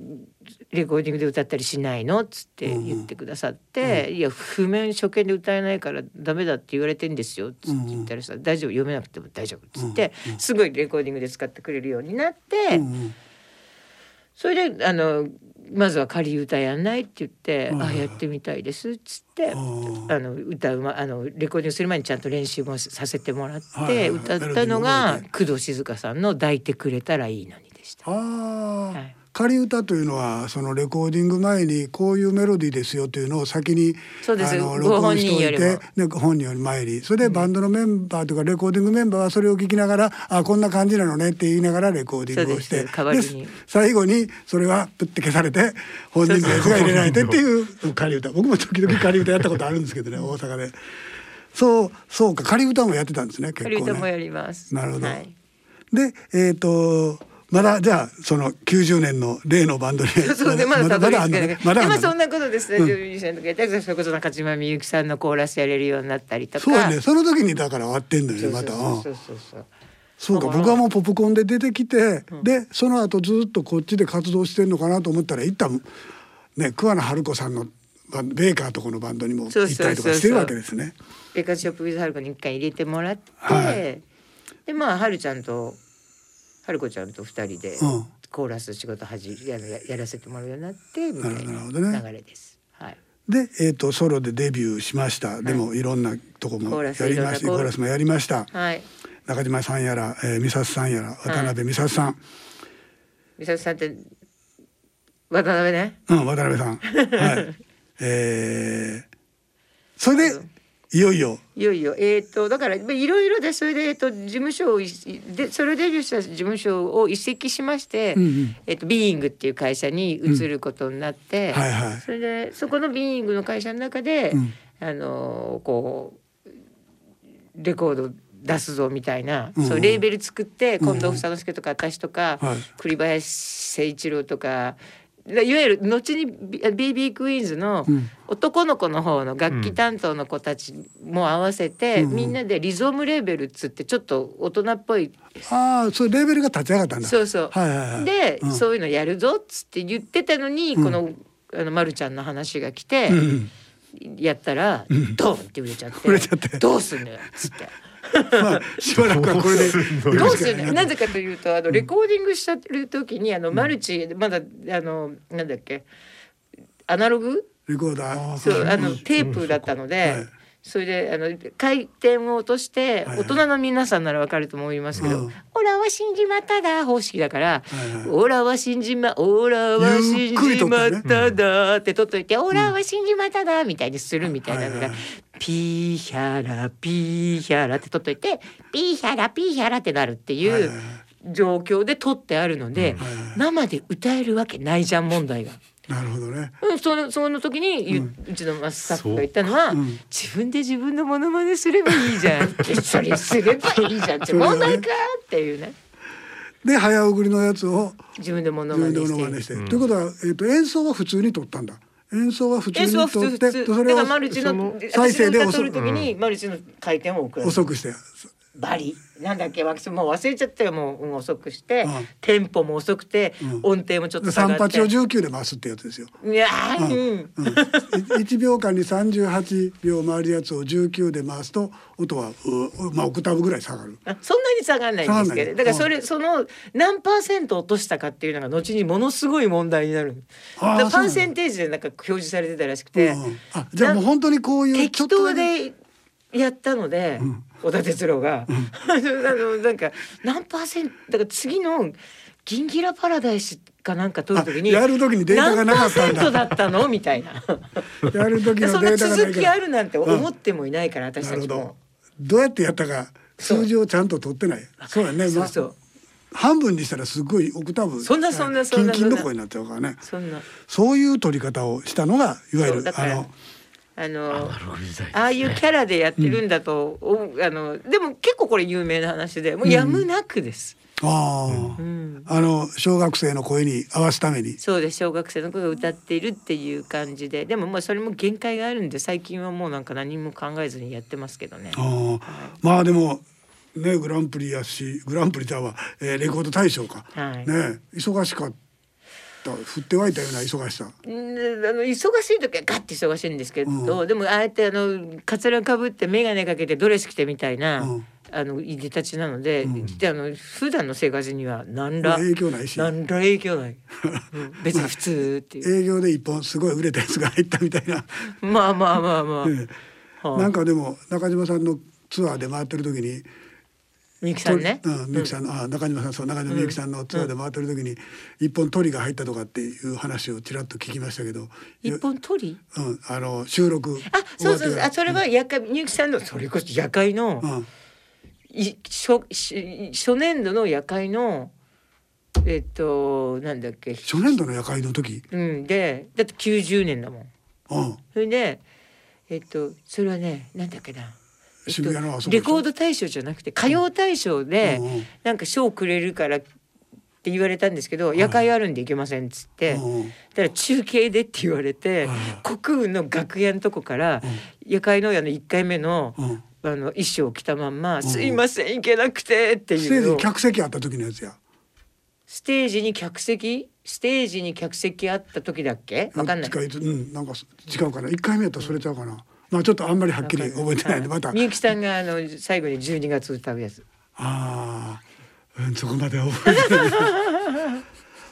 Speaker 2: レコーディングで歌ったりしないの?」っつって言ってくださって「いや譜面初見で歌えないからダメだって言われてんですよ」っつって言ったらさ「大丈夫読めなくても大丈夫」っつって、すごいレコーディングで使ってくれるようになって。
Speaker 1: うんうん
Speaker 2: それであのまずは仮歌やんないって言って「
Speaker 1: うん
Speaker 2: あやってみたいです」っつって。
Speaker 1: あ
Speaker 2: あの歌うまあのレコーディングする前にちゃんと練習もさせてもらっ
Speaker 1: はいはい
Speaker 2: て
Speaker 1: はい
Speaker 2: 歌ったの
Speaker 1: メロ
Speaker 2: が
Speaker 1: ディーの方で
Speaker 2: 工藤静香さんの「抱いてくれたらいいのに」でした。
Speaker 1: あー、
Speaker 2: はい
Speaker 1: 仮歌というのはそのレコーディング前にこういうメロディーですよというのを先に
Speaker 2: そうです
Speaker 1: あの
Speaker 2: ご
Speaker 1: 録音しておい
Speaker 2: 本人よ
Speaker 1: てね本人より前にそれでバンドのメンバーとかレコーディングメンバーはそれを聞きながら「あこんな感じなのね」って言いながらレコーディングをして
Speaker 2: そうです代わりに
Speaker 1: で最後にそれはプッて消されて本人のやつが入れられてっていう仮歌僕も時々仮歌やったことあるんですけどね大阪で。そうそうか仮歌もやってたんですね結構ね。
Speaker 2: 仮歌もやります。
Speaker 1: なるほど
Speaker 2: はい
Speaker 1: でえっ、とまだじゃあその90年の例のバンドに
Speaker 2: そうでまだたどり
Speaker 1: あ
Speaker 2: 着
Speaker 1: ん
Speaker 2: け
Speaker 1: の
Speaker 2: ない。
Speaker 1: ねまだ
Speaker 2: で
Speaker 1: あんの
Speaker 2: まあ
Speaker 1: ね
Speaker 2: そんなことですね。ミュージシャンとかやったりそれこそ中島みゆきさんのコーラスやれるようになったりとか。
Speaker 1: そうやねその時にだから終わってんのよ
Speaker 2: そ
Speaker 1: ね
Speaker 2: うそ
Speaker 1: ま
Speaker 2: う
Speaker 1: た
Speaker 2: そう
Speaker 1: う
Speaker 2: そ
Speaker 1: ん
Speaker 2: うそうそう。
Speaker 1: そうか
Speaker 2: だから
Speaker 1: 僕はもうポップコーンで出てきて、
Speaker 2: ん
Speaker 1: でその後ずっとこっちで活動してんのかなと思ったら一旦ね桑名春子さんのバンベーカーとこのバンドにも行
Speaker 2: そう
Speaker 1: っ
Speaker 2: そう
Speaker 1: たりとかしてるわけですね。
Speaker 2: レカードショップウィズハルコに一回入れてもらって、
Speaker 1: はい
Speaker 2: でまあはるちゃんとはるこちゃんと二人で
Speaker 1: うん
Speaker 2: コーラス仕事はじやややらせてもらうようになってみたい
Speaker 1: なるほどね
Speaker 2: な流れです。はい。
Speaker 1: で、えー、とソロでデビューしましたでもいろんなとこ
Speaker 2: コ
Speaker 1: も
Speaker 2: ー
Speaker 1: や
Speaker 2: ラ
Speaker 1: りま
Speaker 2: ス
Speaker 1: した、
Speaker 2: いろんなコーラ
Speaker 1: コーラスもやりました
Speaker 2: はい。
Speaker 1: 中島さんやら、えー、美里さんやら渡辺美里さん、
Speaker 2: 美里さんって渡辺ね。
Speaker 1: うん、渡辺さん。 はい。えー、それ
Speaker 2: あ
Speaker 1: で
Speaker 2: の、
Speaker 1: いよいよ。
Speaker 2: いよいよえっ、とだからまあいろいろでそれでえっ、と事務所をいでそれデビューした事務所を移籍しまして、
Speaker 1: うんうん
Speaker 2: えっ、とビーイングっていう会社に移ることになって、
Speaker 1: はいはい。
Speaker 2: それでそこのビーイングの会社の中で、
Speaker 1: うん
Speaker 2: あのこうレコード出すぞみたいな、
Speaker 1: うんうん
Speaker 2: そうレーベル作って
Speaker 1: うんうん
Speaker 2: 近藤房之助とか私とか、
Speaker 1: はい
Speaker 2: 栗林誠一郎とか。いわゆる後に B- BB クイーンズの
Speaker 1: うん
Speaker 2: 男の子の方の楽器担当の子たちも合わせて、
Speaker 1: うんうん
Speaker 2: みんなでリゾムレーベルっつってちょっと大人っぽい、
Speaker 1: ああ、それレベルが立ち上がったんだ。
Speaker 2: そうそう、
Speaker 1: はいはいはい。
Speaker 2: で、
Speaker 1: うん
Speaker 2: そういうのやるぞっつって言ってたのに、
Speaker 1: ん
Speaker 2: このあのまるちゃんの話が来て、
Speaker 1: うんうん。
Speaker 2: やったら、ドンって売れちゃっ て
Speaker 1: 売れちゃって
Speaker 2: どうすんのよっつって
Speaker 1: まあ、しばらくはこれで。
Speaker 2: どうすんの
Speaker 1: ね
Speaker 2: よなぜかというとあのレコーディングしたる時にあのマルチまだあのなんだっけアナログ
Speaker 1: レコーダー。
Speaker 2: そうあのテープだったので。
Speaker 1: はい
Speaker 2: それであの回転を落として
Speaker 1: はいはい
Speaker 2: 大人の皆さんならわかると思いますけど「
Speaker 1: うん
Speaker 2: オラは信じまっただ」方式だから
Speaker 1: はいはい
Speaker 2: 「オラは信じまオラは信じまっただ」って取っといて「オラは信じまっただ」みたいにするみたいなの
Speaker 1: はい
Speaker 2: が
Speaker 1: はい
Speaker 2: 「ピーヒャラピーヒャラ」って取っといて「ピーヒャラピーヒャラ」ってなるってい
Speaker 1: はいはいうはい
Speaker 2: 状況で取ってあるので
Speaker 1: はいはい
Speaker 2: 生で歌えるわけないじゃん問題が。
Speaker 1: なるほどね。
Speaker 2: うん、そのその時にゆ、うちのマスタッフが言ったのは、
Speaker 1: そううん
Speaker 2: 自分で自分のモノマネすればいいじゃんって それすればいいじゃんって問題かっていうね
Speaker 1: で、早送りのやつを。
Speaker 2: 自分でモノ
Speaker 1: 自
Speaker 2: マ
Speaker 1: 分
Speaker 2: ネ
Speaker 1: で真
Speaker 2: し
Speaker 1: 似してて。ということは、えっと、演奏は普通に撮ったんだ。演奏は普通
Speaker 2: 演
Speaker 1: に
Speaker 2: 奏
Speaker 1: 撮
Speaker 2: は
Speaker 1: っ
Speaker 2: 普通
Speaker 1: て
Speaker 2: 普通
Speaker 1: でそ
Speaker 2: だ
Speaker 1: れ
Speaker 2: から
Speaker 1: を
Speaker 2: マルチの
Speaker 1: 再
Speaker 2: 私
Speaker 1: 生で
Speaker 2: の歌
Speaker 1: 遅
Speaker 2: 取る時に、マルチの回転を遅らせる
Speaker 1: 遅くして。
Speaker 2: バリなんだっけわもう忘れちゃったよもう、うん遅くして、
Speaker 1: うん
Speaker 2: テンポも遅くて、
Speaker 1: うん
Speaker 2: 音程もちょっと下
Speaker 1: 三
Speaker 2: がって
Speaker 1: 八を19で回すってやつですよ。
Speaker 2: いやーうん
Speaker 1: うん、1秒間に38秒回るやつを19で回すと音はう、まあ、オクターブぐらい下がる。
Speaker 2: あそんなに下がらないんですけど、
Speaker 1: 下がらな
Speaker 2: だか
Speaker 1: い
Speaker 2: らそれ、その何パーセント落としたかっていうのが後にものすごい問題になる。
Speaker 1: あー
Speaker 2: だから
Speaker 1: そう
Speaker 2: パ
Speaker 1: なんだ
Speaker 2: ーセンテージでなんか表示されてたらしく
Speaker 1: うん
Speaker 2: て、
Speaker 1: あじゃあもう本当にこういう
Speaker 2: 適当
Speaker 1: だけ
Speaker 2: でやったので、小田哲郎が、 あのなんか何パーセントだから次のギンギラパラダイスかなんか撮るときに
Speaker 1: あやる時にデータがなかったんだ
Speaker 2: 何パーセントだったのみたいな。
Speaker 1: やる時の
Speaker 2: そんな
Speaker 1: データがな
Speaker 2: 続
Speaker 1: いか
Speaker 2: きあ
Speaker 1: ら。
Speaker 2: るなんて思ってもいないから、私
Speaker 1: な
Speaker 2: た
Speaker 1: るほ
Speaker 2: ち
Speaker 1: ど
Speaker 2: も。。
Speaker 1: どうやってやったか
Speaker 2: そう
Speaker 1: 数字をちゃんと取ってない。そうだね。
Speaker 2: そ
Speaker 1: まあ
Speaker 2: うそう。
Speaker 1: 半分にしたらすごいオクターブ
Speaker 2: そんなそんなそんな
Speaker 1: キンキンの声になっちゃうからね。
Speaker 2: そんな。
Speaker 1: そういう取り方をしたのがいわゆ
Speaker 2: そう
Speaker 1: る
Speaker 2: だ
Speaker 1: あ
Speaker 2: から
Speaker 1: の
Speaker 2: あの
Speaker 3: アナログ時代ですね
Speaker 2: ああいうキャラでやってるんだと、おあのでも結構これ有名な話でもうやむなくです、
Speaker 1: ああ、あの小学生の声に合わすために。
Speaker 2: そうです小学生の子が歌っているっていう感じででもまあそれも限界があるんで最近はもうなんか何も考えずにやってますけどね。
Speaker 1: ああまあでもねグランプリやしグランプリじゃわ、えーレコード大賞か、
Speaker 2: はい
Speaker 1: ね忙しかった振って湧いたような忙しさ
Speaker 2: んあの忙しい時はガッて忙しいんですけど、でもああやってあのカツラかぶって眼鏡かけてドレス着てみたいな、
Speaker 1: うん
Speaker 2: あのいでたちなので、であの普段の生活には何
Speaker 1: まあ
Speaker 2: ら
Speaker 1: 影響ないし
Speaker 2: 何ら影響ない、うん別に普通っ ていう、
Speaker 1: 営業で一本すごい売れたやつが入ったみたいな、
Speaker 2: まあまあまあまあ、
Speaker 1: ええ
Speaker 2: はあ
Speaker 1: なんかでも中島さんのツアーで回ってる時に
Speaker 2: みゆきさんね、
Speaker 1: うん、みゆきさんの、あ中島さんそう中島みゆきさんのツアーで回ってる時に一本鳥が入ったとかっていう話をちらっと聞きましたけど、
Speaker 2: 一本鳥
Speaker 1: うん、あの収録
Speaker 2: あそうそう
Speaker 1: 終
Speaker 2: そう
Speaker 1: わっ
Speaker 2: あ
Speaker 1: て
Speaker 2: それは夜会みゆきさんのそれこそ夜会の、
Speaker 1: からうん
Speaker 2: い初し初年度の夜会のえっとなんだっけ、
Speaker 1: 初年度の夜会の時、
Speaker 2: うん、でだって90年だもん
Speaker 1: うん、
Speaker 2: それでえっとそれはねなんだっけな、えっと
Speaker 1: 渋谷のあそこ
Speaker 2: レコード大賞じゃなくて歌謡大賞で、
Speaker 1: うんうん
Speaker 2: なんか賞くれるからって言われたんですけど、夜会あるんで行けませんっつって、
Speaker 1: うんうん
Speaker 2: だから中継でって言われて、
Speaker 1: はい
Speaker 2: 国運の楽屋のとこから、夜会の屋の1回目の,、
Speaker 1: うん
Speaker 2: あの衣装を着たまんま「すいません行けなくて」って
Speaker 1: ステ
Speaker 2: い
Speaker 1: ージ
Speaker 2: うの
Speaker 1: に
Speaker 2: を
Speaker 1: 客席あった時のやつや
Speaker 2: ステージに客席ステージに客席あった時だっけわかんない。
Speaker 1: どっちかうんなんか違うかな一回目やったらそれちゃうかな、まあちょっとあんまりはっきり覚えてないんで
Speaker 2: は
Speaker 1: また
Speaker 2: みゆきさんがあの最後に12月歌うやつ
Speaker 1: ああ、うん、そこまでは覚えてないけど。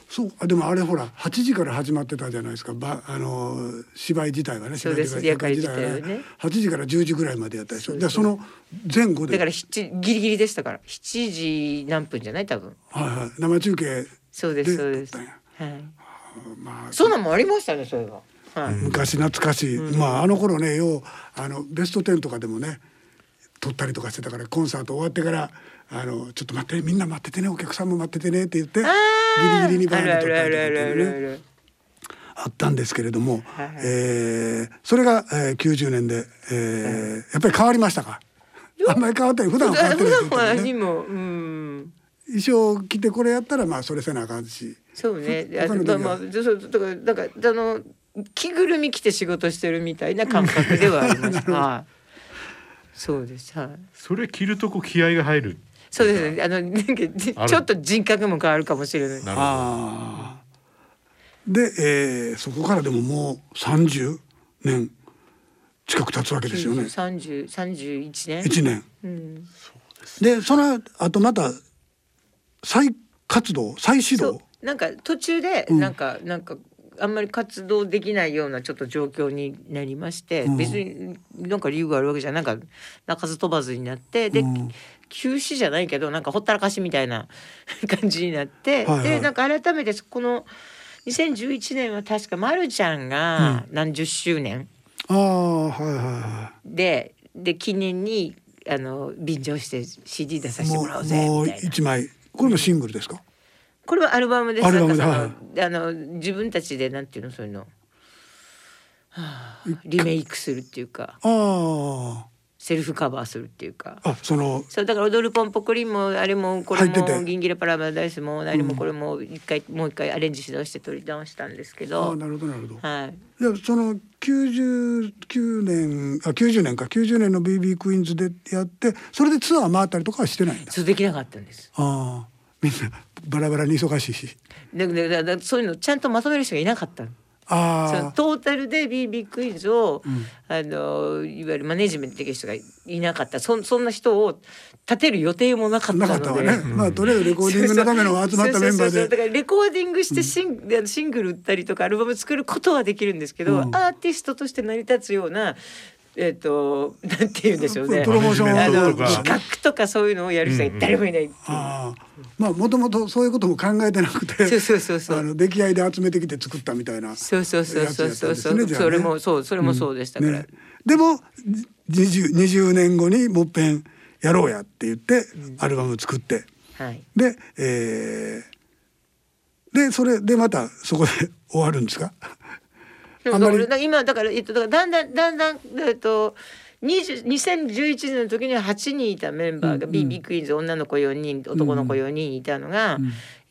Speaker 1: そうあでもあれほら8時から始まってたじゃないですかばあのー芝居自体はね
Speaker 2: そうです
Speaker 1: 芝居というか
Speaker 2: 夜会自体はね
Speaker 1: 夜会8時から10時ぐらいまでやったでしょ
Speaker 2: そう
Speaker 1: そ
Speaker 2: そう
Speaker 1: その前後
Speaker 2: だ
Speaker 1: で
Speaker 2: から7ギリギリでしたから7時何分じゃない多分
Speaker 1: はいはい、生中継
Speaker 2: そうです
Speaker 1: で
Speaker 2: そうです
Speaker 1: 撮ったんや
Speaker 2: はい
Speaker 1: まあ
Speaker 2: そんなんもありましたねそういえばはい、
Speaker 1: 昔懐かしい、まああの頃ねようあのベスト10とかでもね撮ったりとかしてたからコンサート終わってから「あのちょっと待ってみんな待っててねお客さんも待っててね」って言ってギリギリにバーン
Speaker 2: あ
Speaker 1: と撮
Speaker 2: る
Speaker 1: った
Speaker 2: あ
Speaker 1: りとか
Speaker 2: るあ
Speaker 1: って
Speaker 2: るあ
Speaker 1: いう
Speaker 2: るあ
Speaker 1: ね
Speaker 2: る
Speaker 1: あったんですけれども、
Speaker 2: はいはい
Speaker 1: えーそれが、えー90年で、えーやっぱり変わりましたかあんまり変わったり普段は変わって
Speaker 2: 普
Speaker 1: ない
Speaker 2: 段
Speaker 1: けど
Speaker 2: は
Speaker 1: ね
Speaker 2: にもうん
Speaker 1: 衣装着てこれやったらまあそれせなあかんし
Speaker 2: そうね
Speaker 1: ふ
Speaker 2: あ
Speaker 1: 他の
Speaker 2: の
Speaker 1: 時
Speaker 2: ま
Speaker 1: は
Speaker 2: あまあそうだからなんかあの着ぐるみ着て仕事してるみたいな感覚では ありました、はい、そうですはい
Speaker 3: それ着るとこ気合が入る。
Speaker 2: そうですねあのなんかじ
Speaker 3: ある
Speaker 2: ちょっと人格も変わるかもしれない
Speaker 3: なるほど。
Speaker 1: ああで、えーそこからでももう30年近く経つわけですよね
Speaker 2: 30 31年
Speaker 1: 1年
Speaker 2: うん
Speaker 1: でその後また再活動再始
Speaker 2: そう
Speaker 1: 動
Speaker 2: なんか途中で
Speaker 1: ん
Speaker 2: なんか、なんかあんまり活動できないようなちょっと状況になりまして、
Speaker 1: ん
Speaker 2: 別になんか理由があるわけじゃなんか鳴かず飛ばずになってで、
Speaker 1: うん
Speaker 2: 休止じゃないけどなんかほったらかしみたいな 感じになって、
Speaker 1: はいはい
Speaker 2: でなんか改めてこの2011年は確かまるちゃんが何十周年
Speaker 1: ああはいは
Speaker 2: で、で記念にあの便乗して CD 出さ
Speaker 1: い
Speaker 2: せて
Speaker 1: も
Speaker 2: もらおうぜみた
Speaker 1: うもう
Speaker 2: いな。
Speaker 1: 一枚これもシングルですか、
Speaker 2: これはアルバムです。
Speaker 1: アルバムで
Speaker 2: なんかそのあの自分たちでなんていうのそういうの、はあ、リメイクするっていうか、
Speaker 1: あ
Speaker 2: セルフカバーするっていうか。
Speaker 1: ああその
Speaker 2: そうだから踊るポンポコリンもあれもこれ
Speaker 1: 入って
Speaker 2: も
Speaker 1: て
Speaker 2: ギンギラパラマダイスも何もこれも一回、もう一回アレンジし直して取り直したんですけ
Speaker 1: あ
Speaker 2: ど
Speaker 1: あ、なるほどなるほど
Speaker 2: はい。
Speaker 1: じゃあその99年あ90年か90年の BB クイーンズでやってそれでツアー回ったりとかはしてないんだ
Speaker 2: そうできなかったんです。
Speaker 1: ああみんなバラバラに忙しいし
Speaker 2: だだだだそういうのちゃんとまとめる人がいなかったの。その
Speaker 1: ああ
Speaker 2: トータルで BB クイズを、あのいわゆるマネジメントできる人がいなかったそんそんな人を立てる予定もなかったの
Speaker 1: な
Speaker 2: で
Speaker 1: かったわね、まあとりあえずレコーディングのための集まったメンバ
Speaker 2: そうそうそうそう
Speaker 1: ー
Speaker 2: だ
Speaker 1: で
Speaker 2: からレコーディングしてシン,、シングル売ったりとかアルバム作ることはできるんですけど、
Speaker 1: うん
Speaker 2: アーティストとして成り立つようなえっ、となんて言うんでしょうね
Speaker 1: プロモーション
Speaker 2: あの
Speaker 3: とか
Speaker 2: 企画とかそういうのをやる人が誰もいないっていう
Speaker 1: ああまあもともとそういうことも考えてなくて
Speaker 2: そうそうそうそう
Speaker 1: あの出来合いで集めてきて作ったみたいな
Speaker 2: そうそうそうそうそうそう、
Speaker 1: やつやったんですねじゃあね
Speaker 2: それもそうそれもそうでしたから、
Speaker 1: ね、でもじ 20, 20年後にもっぺんやろうやって言ってアルバム作って、
Speaker 2: はい。
Speaker 1: で、えーでそれでまたそこで終わるんですか
Speaker 2: で
Speaker 1: あ
Speaker 2: も
Speaker 1: ん
Speaker 2: だ
Speaker 1: まり
Speaker 2: からだ今だからえっとだからだんだんだんだんえっと20 2011年の時には8人いたメンバーが BB クイーンズ女の子4人男の子4人いたのが、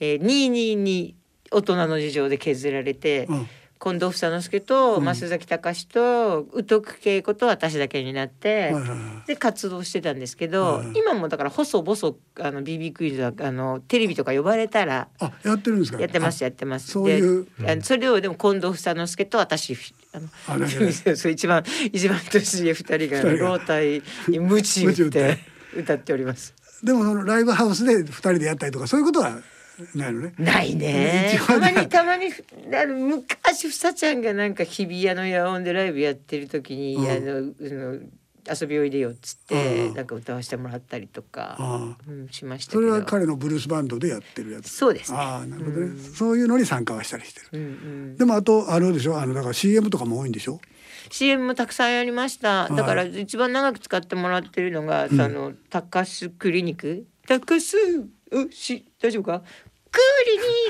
Speaker 2: えー、2に大人の事情で削られて、
Speaker 1: うん
Speaker 2: 近藤房之助と増崎隆と宇徳恵子と私だけになって。
Speaker 1: はいはいは
Speaker 2: で活動してたんですけど、
Speaker 1: はい
Speaker 2: 今もだから細々あの BB クイーンズはあのテレビとか呼ばれたら
Speaker 1: あやってるんですか
Speaker 2: やってます
Speaker 1: あ
Speaker 2: やってます。
Speaker 1: そういう
Speaker 2: であのそれをでも近藤房之助と私ふあの
Speaker 1: あなんかね
Speaker 2: そう一番一番年上二人
Speaker 1: 二
Speaker 2: が
Speaker 1: 人が
Speaker 2: 老体に鞭打っ
Speaker 1: 鞭打ってて
Speaker 2: 歌っております。
Speaker 1: でもそのライブハウスで二人でやったりとかそういうことはないのね。
Speaker 2: ないね
Speaker 1: 一。応
Speaker 2: たま
Speaker 1: ね
Speaker 2: にたまにあの昔ふさちゃんがなんか日比谷の野音でライブやってる時に、
Speaker 1: うん
Speaker 2: あのあの遊びおいでよっつって、
Speaker 1: うん
Speaker 2: なんか歌わせてもらったりとか、
Speaker 1: ああ
Speaker 2: うん、しましたけ
Speaker 1: そ
Speaker 2: ど。
Speaker 1: れは彼のブルースバンドでやってるやつ。
Speaker 2: そうですね。
Speaker 1: ああなるほどね、
Speaker 2: うん
Speaker 1: そういうのに参加はしたりしてる。
Speaker 2: うんうん、
Speaker 1: でもあとあれでしょあのだから CM とかも多いんでしょ
Speaker 2: CM もたくさんやりました。だから一番長く使ってもらってるのが、その高須クリニック。高須うし大丈夫か？ク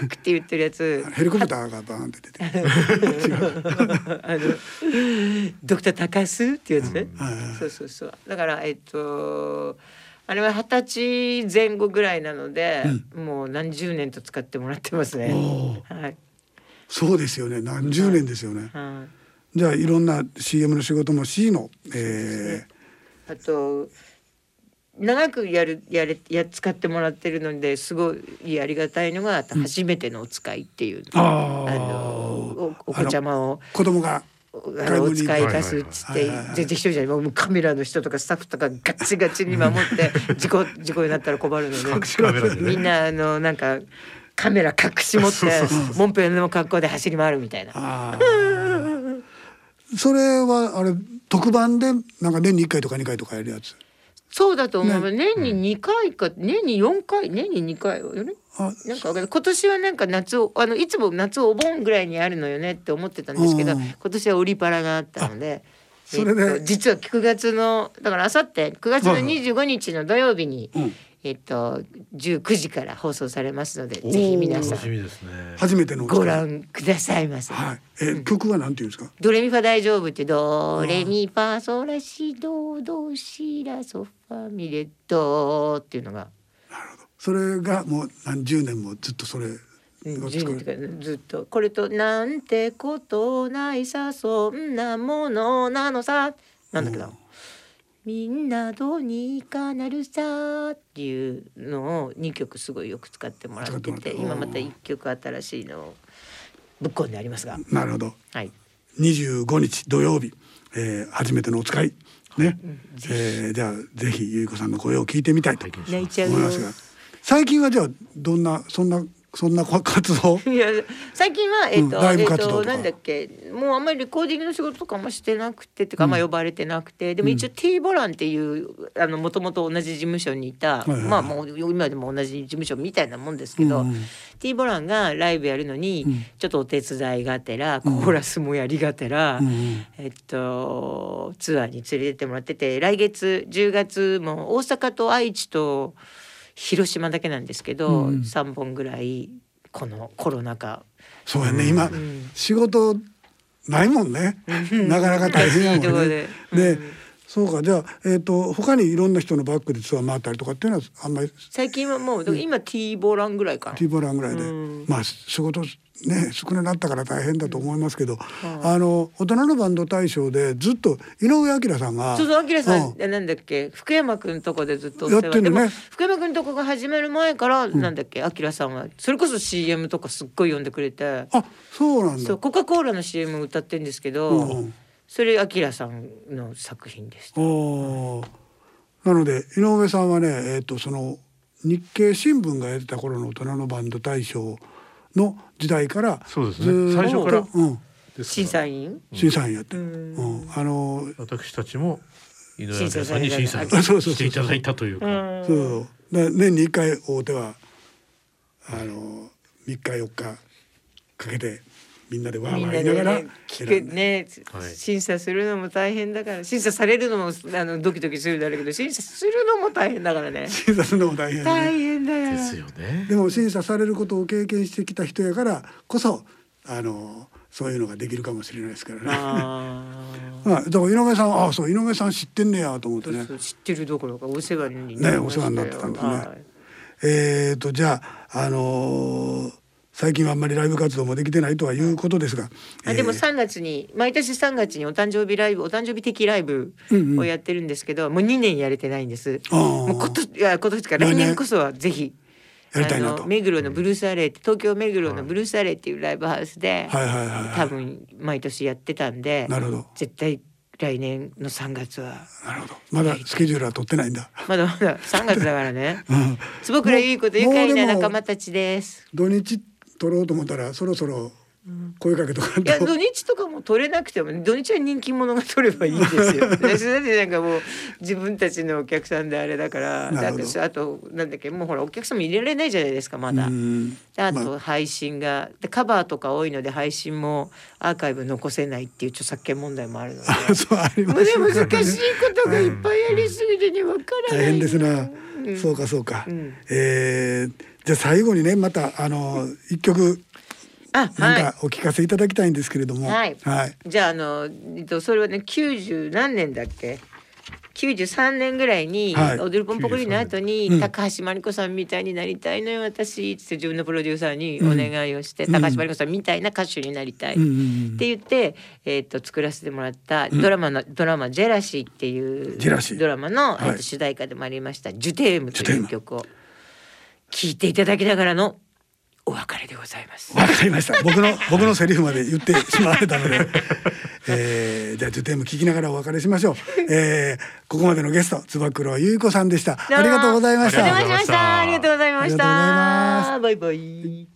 Speaker 2: リニックって言ってるやつ
Speaker 1: あの。ヘリコプターがバーンって出てる
Speaker 2: あのドクター高須っていうやつね、
Speaker 1: はいはい
Speaker 2: そうそうそうだからえっとあれは二十歳前後ぐらいなので、もう何十年と使ってもらってますね
Speaker 1: お
Speaker 2: はい、
Speaker 1: そうですよね何十年ですよね、
Speaker 2: はい、
Speaker 1: じゃあいろんな CM の仕事も C の、え
Speaker 2: あと長くやるやれや使ってもらってるのですごいありがたいのが「初めてのお使い」っていう、
Speaker 1: ー、あ
Speaker 2: あ
Speaker 1: あ
Speaker 2: のおお子ちゃまを
Speaker 1: 子供が
Speaker 2: あのお使い出すっつっ
Speaker 1: はい
Speaker 2: て
Speaker 1: はいはい
Speaker 2: 全然一人じゃないもうカメラの人とかスタッフとかガッチガチに守って 事故事故になったら困るの
Speaker 3: 隠しカメラ
Speaker 2: で
Speaker 3: でね
Speaker 2: みんなあのなんかカメラ隠し持ってモンペの格好で走り回るみたいな
Speaker 1: あ ーそれはあれ特番でなんか年に1回とか2回とかやるやつ
Speaker 2: そうだと思う年に2回か年に4回年に2回よね
Speaker 1: あ
Speaker 2: なんかわかんない今年はなんか夏をあのいつも夏お盆ぐらいにあるのよねって思ってたんですけど
Speaker 1: うん
Speaker 2: 今年はオリパラがあったので。
Speaker 1: それで
Speaker 2: えっと実は9月のだからあさって9月の25日の土曜日に、
Speaker 1: うん
Speaker 2: えっと19時から放送されますのでぜひ皆さ
Speaker 3: 楽し
Speaker 2: ん
Speaker 3: みですね。
Speaker 1: 初めてのお使い
Speaker 2: ご覧くださいませ。
Speaker 1: はいえ曲はなんていうんですか
Speaker 2: ドレミファ大丈夫ってドレミファソラシドドシラソファミレドっていうのが
Speaker 1: それがもう何十年もずっとそれ
Speaker 2: うん
Speaker 1: を
Speaker 2: ジュ
Speaker 1: 作
Speaker 2: ニ
Speaker 1: る
Speaker 2: ーとかずっとこれとなんてことないさそんなものなのさなんだっけど、みんなどうにかなるさっていうのを2曲すごいよく使ってもらって
Speaker 1: 使って
Speaker 2: て
Speaker 1: もら
Speaker 2: 今
Speaker 1: って
Speaker 2: また1曲新しいのをぶっこんでありますが
Speaker 1: なるほど
Speaker 2: はい
Speaker 1: 25日土曜日、えー初めてのお使いね、えーじゃあぜひゆいこさんの声を聞いてみたいと
Speaker 2: 泣いちゃう
Speaker 1: 思い
Speaker 2: よ
Speaker 1: ますが最近はじゃあどんなそんなそんな活 動
Speaker 2: いや最近はえっ、と、
Speaker 1: うんライ
Speaker 2: え
Speaker 1: ブ
Speaker 2: っ、
Speaker 1: 活動と
Speaker 2: と
Speaker 1: か
Speaker 2: なんだっけもうあんまりレコーディングの仕事とかもしてなくてってか、あんま呼ばれてなくてでも一応 T ボランっていうあのもともと同じ事務所にいた、
Speaker 1: いはいはい
Speaker 2: まあもう今でも同じ事務所みたいなもんですけど、
Speaker 1: うんうん
Speaker 2: T ボランがライブやるのに、ちょっとお手伝いがてらコーラスもやりがてら、
Speaker 1: うんうん
Speaker 2: えっとツアーに連れてってもらってて来月10月も大阪と愛知と広島だけなんですけど、
Speaker 1: うん
Speaker 2: 3本ぐらいこのコロナ禍
Speaker 1: そうやね今、仕事ないもんねなかなか大変やもん
Speaker 2: 難しいとこ
Speaker 1: ね。
Speaker 2: ろ
Speaker 1: で
Speaker 2: で、
Speaker 1: そうかじゃあ、えー、と他にいろんな人のバックでツアー回ったりとかっていうのはあんまり
Speaker 2: 最近はもう、今 T ボランぐらいかな
Speaker 1: ティーボランぐらいで、
Speaker 2: うん
Speaker 1: まあ仕事ね少なくなったから大変だと思いますけど、あの大人のバンド大賞でずっと井上彰さんが
Speaker 2: そうそう、あきらさん、
Speaker 1: う
Speaker 2: なんだっけ、福山くんとこでずっとお世話
Speaker 1: やってんのね
Speaker 2: でも、福山くんとこが始める前から、なんだっけ、あきらさんは、それこそ CM とかすっごい呼んでくれて。
Speaker 1: あそうなんだ
Speaker 2: そう、コカコーラの CM を歌ってんですけど、
Speaker 1: うん
Speaker 2: それあきらさんの作品でした。
Speaker 1: おーなので井上さんはねえっ、とその日経新聞がやってた頃の大人のバンド大賞の時代から
Speaker 3: そうですね
Speaker 1: ずーっと
Speaker 3: 最初から
Speaker 1: うん、
Speaker 3: です
Speaker 2: 審
Speaker 3: から
Speaker 2: 査員。
Speaker 1: 審査員やってる、
Speaker 2: ん
Speaker 1: うんあのー
Speaker 3: 私たちも井上彰さんに審
Speaker 2: 審
Speaker 3: 査
Speaker 2: 査
Speaker 3: していただいたという
Speaker 2: う
Speaker 3: か。
Speaker 2: ん
Speaker 1: そうそうだ年に1回大手はあの3日4日かけてみんなでわー
Speaker 2: みん
Speaker 1: わ
Speaker 2: な
Speaker 1: ー
Speaker 2: で
Speaker 1: 言いながら
Speaker 2: ね、
Speaker 1: 選
Speaker 2: 聞
Speaker 1: んで
Speaker 2: くね、
Speaker 3: はい
Speaker 2: 審査するのも大変だから審査されるのもあのドキドキするだろうけど審査するのも大変だからね
Speaker 1: 審査するのも大変で,、
Speaker 2: 大変だよ
Speaker 3: ですよね。
Speaker 1: でも審査されることを経験してきた人やからこそあのそういうのができるかもしれないですからね。
Speaker 2: あ
Speaker 1: まあ、だから井上さんはあそう井上さん知ってんねやと思って
Speaker 2: ー
Speaker 1: ね
Speaker 2: そう知ってるどころかお世話になり
Speaker 1: ね
Speaker 2: ま
Speaker 1: お
Speaker 2: し
Speaker 1: 世
Speaker 2: よ
Speaker 1: 話になってたんですね
Speaker 2: はい
Speaker 1: えー、とじゃあ、あのー最近はあんまりライブ活動もできてないとはいうことですが、
Speaker 2: あで
Speaker 1: え
Speaker 2: も
Speaker 1: ー
Speaker 2: 3月に毎年3月にお誕生日ライブお誕生日的ライブをやってるんですけど、もう2年やれてないんです。
Speaker 1: あー
Speaker 2: もうこといや今年か
Speaker 1: 来年
Speaker 2: 来年こそはぜひ
Speaker 1: やりたいな
Speaker 2: あ
Speaker 1: と
Speaker 2: の目黒のブルースアレーって東京目黒のブルースアレーっていうライブハウスで、
Speaker 1: はいはいはいはい
Speaker 2: 多分毎年やってたんで
Speaker 1: なるほど
Speaker 2: 絶対来年の3月は
Speaker 1: なるほどまだスケジュールは取ってないんだ、
Speaker 2: まだまだ3月だか らね
Speaker 1: うん、
Speaker 2: 坪倉優い子と愉快
Speaker 1: もうもうで
Speaker 2: な
Speaker 1: も
Speaker 2: 仲間たちです
Speaker 1: 土日取ろうと思ったらそろそろ声かけとかん
Speaker 2: い
Speaker 1: と
Speaker 2: や土日とかも取れなくても土日は人気者が取ればいいです よ。でそれでなんかもう自分たちのお客さんであれだから
Speaker 1: なる
Speaker 2: な
Speaker 1: ほ
Speaker 2: ん
Speaker 1: ど
Speaker 2: かそうあとなんだっけもうほらお客さんも入れられないじゃないですかまだ。
Speaker 1: うん
Speaker 2: であ
Speaker 1: ま
Speaker 2: と配信がでカバーとか多いので配信もアーカイブ残せないっていう著作権問題もある ので。
Speaker 1: あそうありま
Speaker 2: もうね
Speaker 1: すね
Speaker 2: 難しいことがいっぱいありすぎてねわからない。
Speaker 1: 大変ですな、
Speaker 2: うん
Speaker 1: そうかそうか、
Speaker 2: うん
Speaker 1: えーじゃあ最後にねまたあの一曲
Speaker 2: あ
Speaker 1: なん
Speaker 2: はい
Speaker 1: か。お聞かせいただきたいんですけれども
Speaker 2: はい
Speaker 1: はい、
Speaker 2: じゃああの、えっと、それはね90何年だっけ93年ぐらいに「
Speaker 1: はい
Speaker 2: 踊るポンポコリン」の後に、
Speaker 1: うん
Speaker 2: 高橋真理子さんみたいになりたいのよ私」っつって自分のプロデューサーにお願いをして、
Speaker 1: うん
Speaker 2: 高橋真理子さんみたいな歌手になりたい。
Speaker 1: うんうんうん
Speaker 2: って言って、えっと作らせてもらったドラマの、ドラマ「ジェラシー」っていう
Speaker 1: ジェラシー
Speaker 2: ドラマの、
Speaker 1: はい
Speaker 2: えっと主題歌でもありました「ジュテーム」
Speaker 1: ジ
Speaker 2: と
Speaker 1: ュテ
Speaker 2: い
Speaker 1: ー
Speaker 2: う
Speaker 1: ム
Speaker 2: 曲を聴いていただきながらのお別れでございます。
Speaker 1: わかりました。僕 の僕のセリフまで言ってしまわれたので、えー、じゃあちょっとテーマ聞きながらお別れしましょう。えー、ここまでのゲストつ黒優子さんでした。ありがとうございまし
Speaker 2: どうも
Speaker 1: た
Speaker 2: お。邪魔しました。ありがとうございました。バイバイ。